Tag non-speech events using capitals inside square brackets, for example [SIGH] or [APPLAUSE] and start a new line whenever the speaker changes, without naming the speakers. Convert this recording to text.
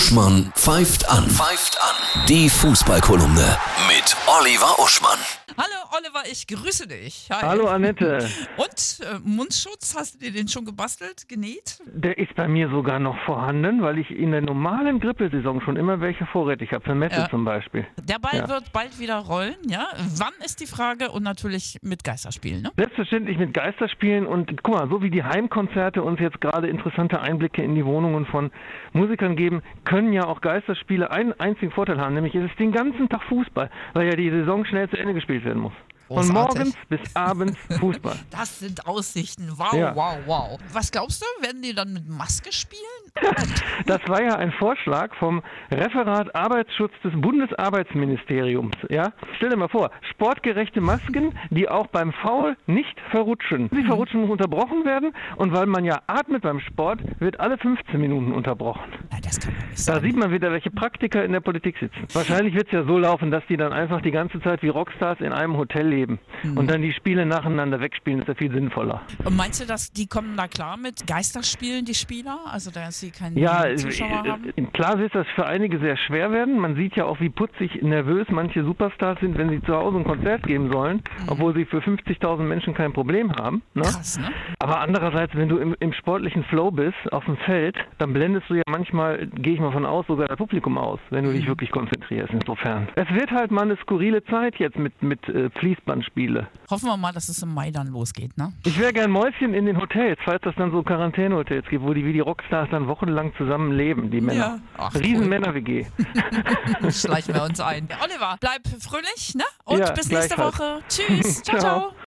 Uschmann pfeift an. Pfeift an. Die Fußballkolumne mit Oliver Uschmann.
Hallo Oliver, ich grüße dich. Hi.
Hallo Annette,
Und äh, Mundschutz, hast du dir den schon gebastelt, genäht?
der ist bei mir sogar noch vorhanden, weil ich in der normalen Grippesaison schon immer welche vorrätig habe, für Messe
Ja.
zum Beispiel.
Der Ball
Ja.
wird bald wieder rollen, ja? Wann ist die Frage? Und natürlich mit Geisterspielen, ne?
Selbstverständlich mit Geisterspielen und guck mal, so wie die Heimkonzerte uns jetzt gerade interessante Einblicke in die Wohnungen von Musikern geben, können ja auch Geisterspiele einen einzigen Vorteil haben, nämlich ist es den ganzen Tag Fußball, weil ja die Saison schnell zu Ende gespielt werden muss. Von
Großartig.
morgens bis abends Fußball.
Das sind Aussichten. Wow,
Ja.
wow, wow. Was glaubst du, werden die dann mit Maske
[LAUGHS]
spielen?
Das war ja ein Vorschlag vom Referat Arbeitsschutz des Bundesarbeitsministeriums. Ja? Stell dir mal vor, sportgerechte Masken, die auch beim Foul nicht verrutschen. Sie verrutschen, muss unterbrochen werden und weil man ja atmet beim Sport, wird alle 15 Minuten unterbrochen.
Nein, das kann man nicht
Da
sagen.
sieht man wieder, welche Praktiker in der Politik sitzen. Wahrscheinlich wird es ja so laufen, dass die dann einfach die ganze Zeit wie Rockstars in einem Hotel leben und dann die Spiele nacheinander wegspielen, ist ja viel sinnvoller.
Und meinst du, dass die kommen da klar mit Geisterspielen, die Spieler? Also, dass sie keinen
Ja,
Zuschauer
äh,
haben?
äh, klar wird das für einige sehr schwer werden. Man sieht ja auch, wie putzig nervös manche Superstars sind, wenn sie zu Hause ein Konzert geben sollen, obwohl sie für 50.000 Menschen kein Problem haben. Ne?
Mhm. Krass, ne?
Aber andererseits, wenn du im, im sportlichen Flow bist, auf dem Feld, dann blendest du ja manchmal, gehe ich mal von aus, sogar das Publikum aus, wenn du dich
Mhm.
wirklich konzentrierst. Insofern. Es wird halt mal eine skurrile Zeit jetzt mit, mit äh, Fließbandspiele.
Hoffen wir mal, dass es im Mai dann losgeht, ne?
Ich wäre gern Mäuschen in den Hotels, falls das dann so Quarantänehotels gibt, wo die wie die Rockstars dann wochenlang zusammen leben, die Männer.
Ja. Ach, cool.
Riesen-Männer-WG.
schleichen wir uns ein. Oliver, bleib fröhlich, ne? Und
Ja,
bis nächste
gleichfalls.
Woche. Tschüss. Ciao, ciao.
Ciao.
ciao.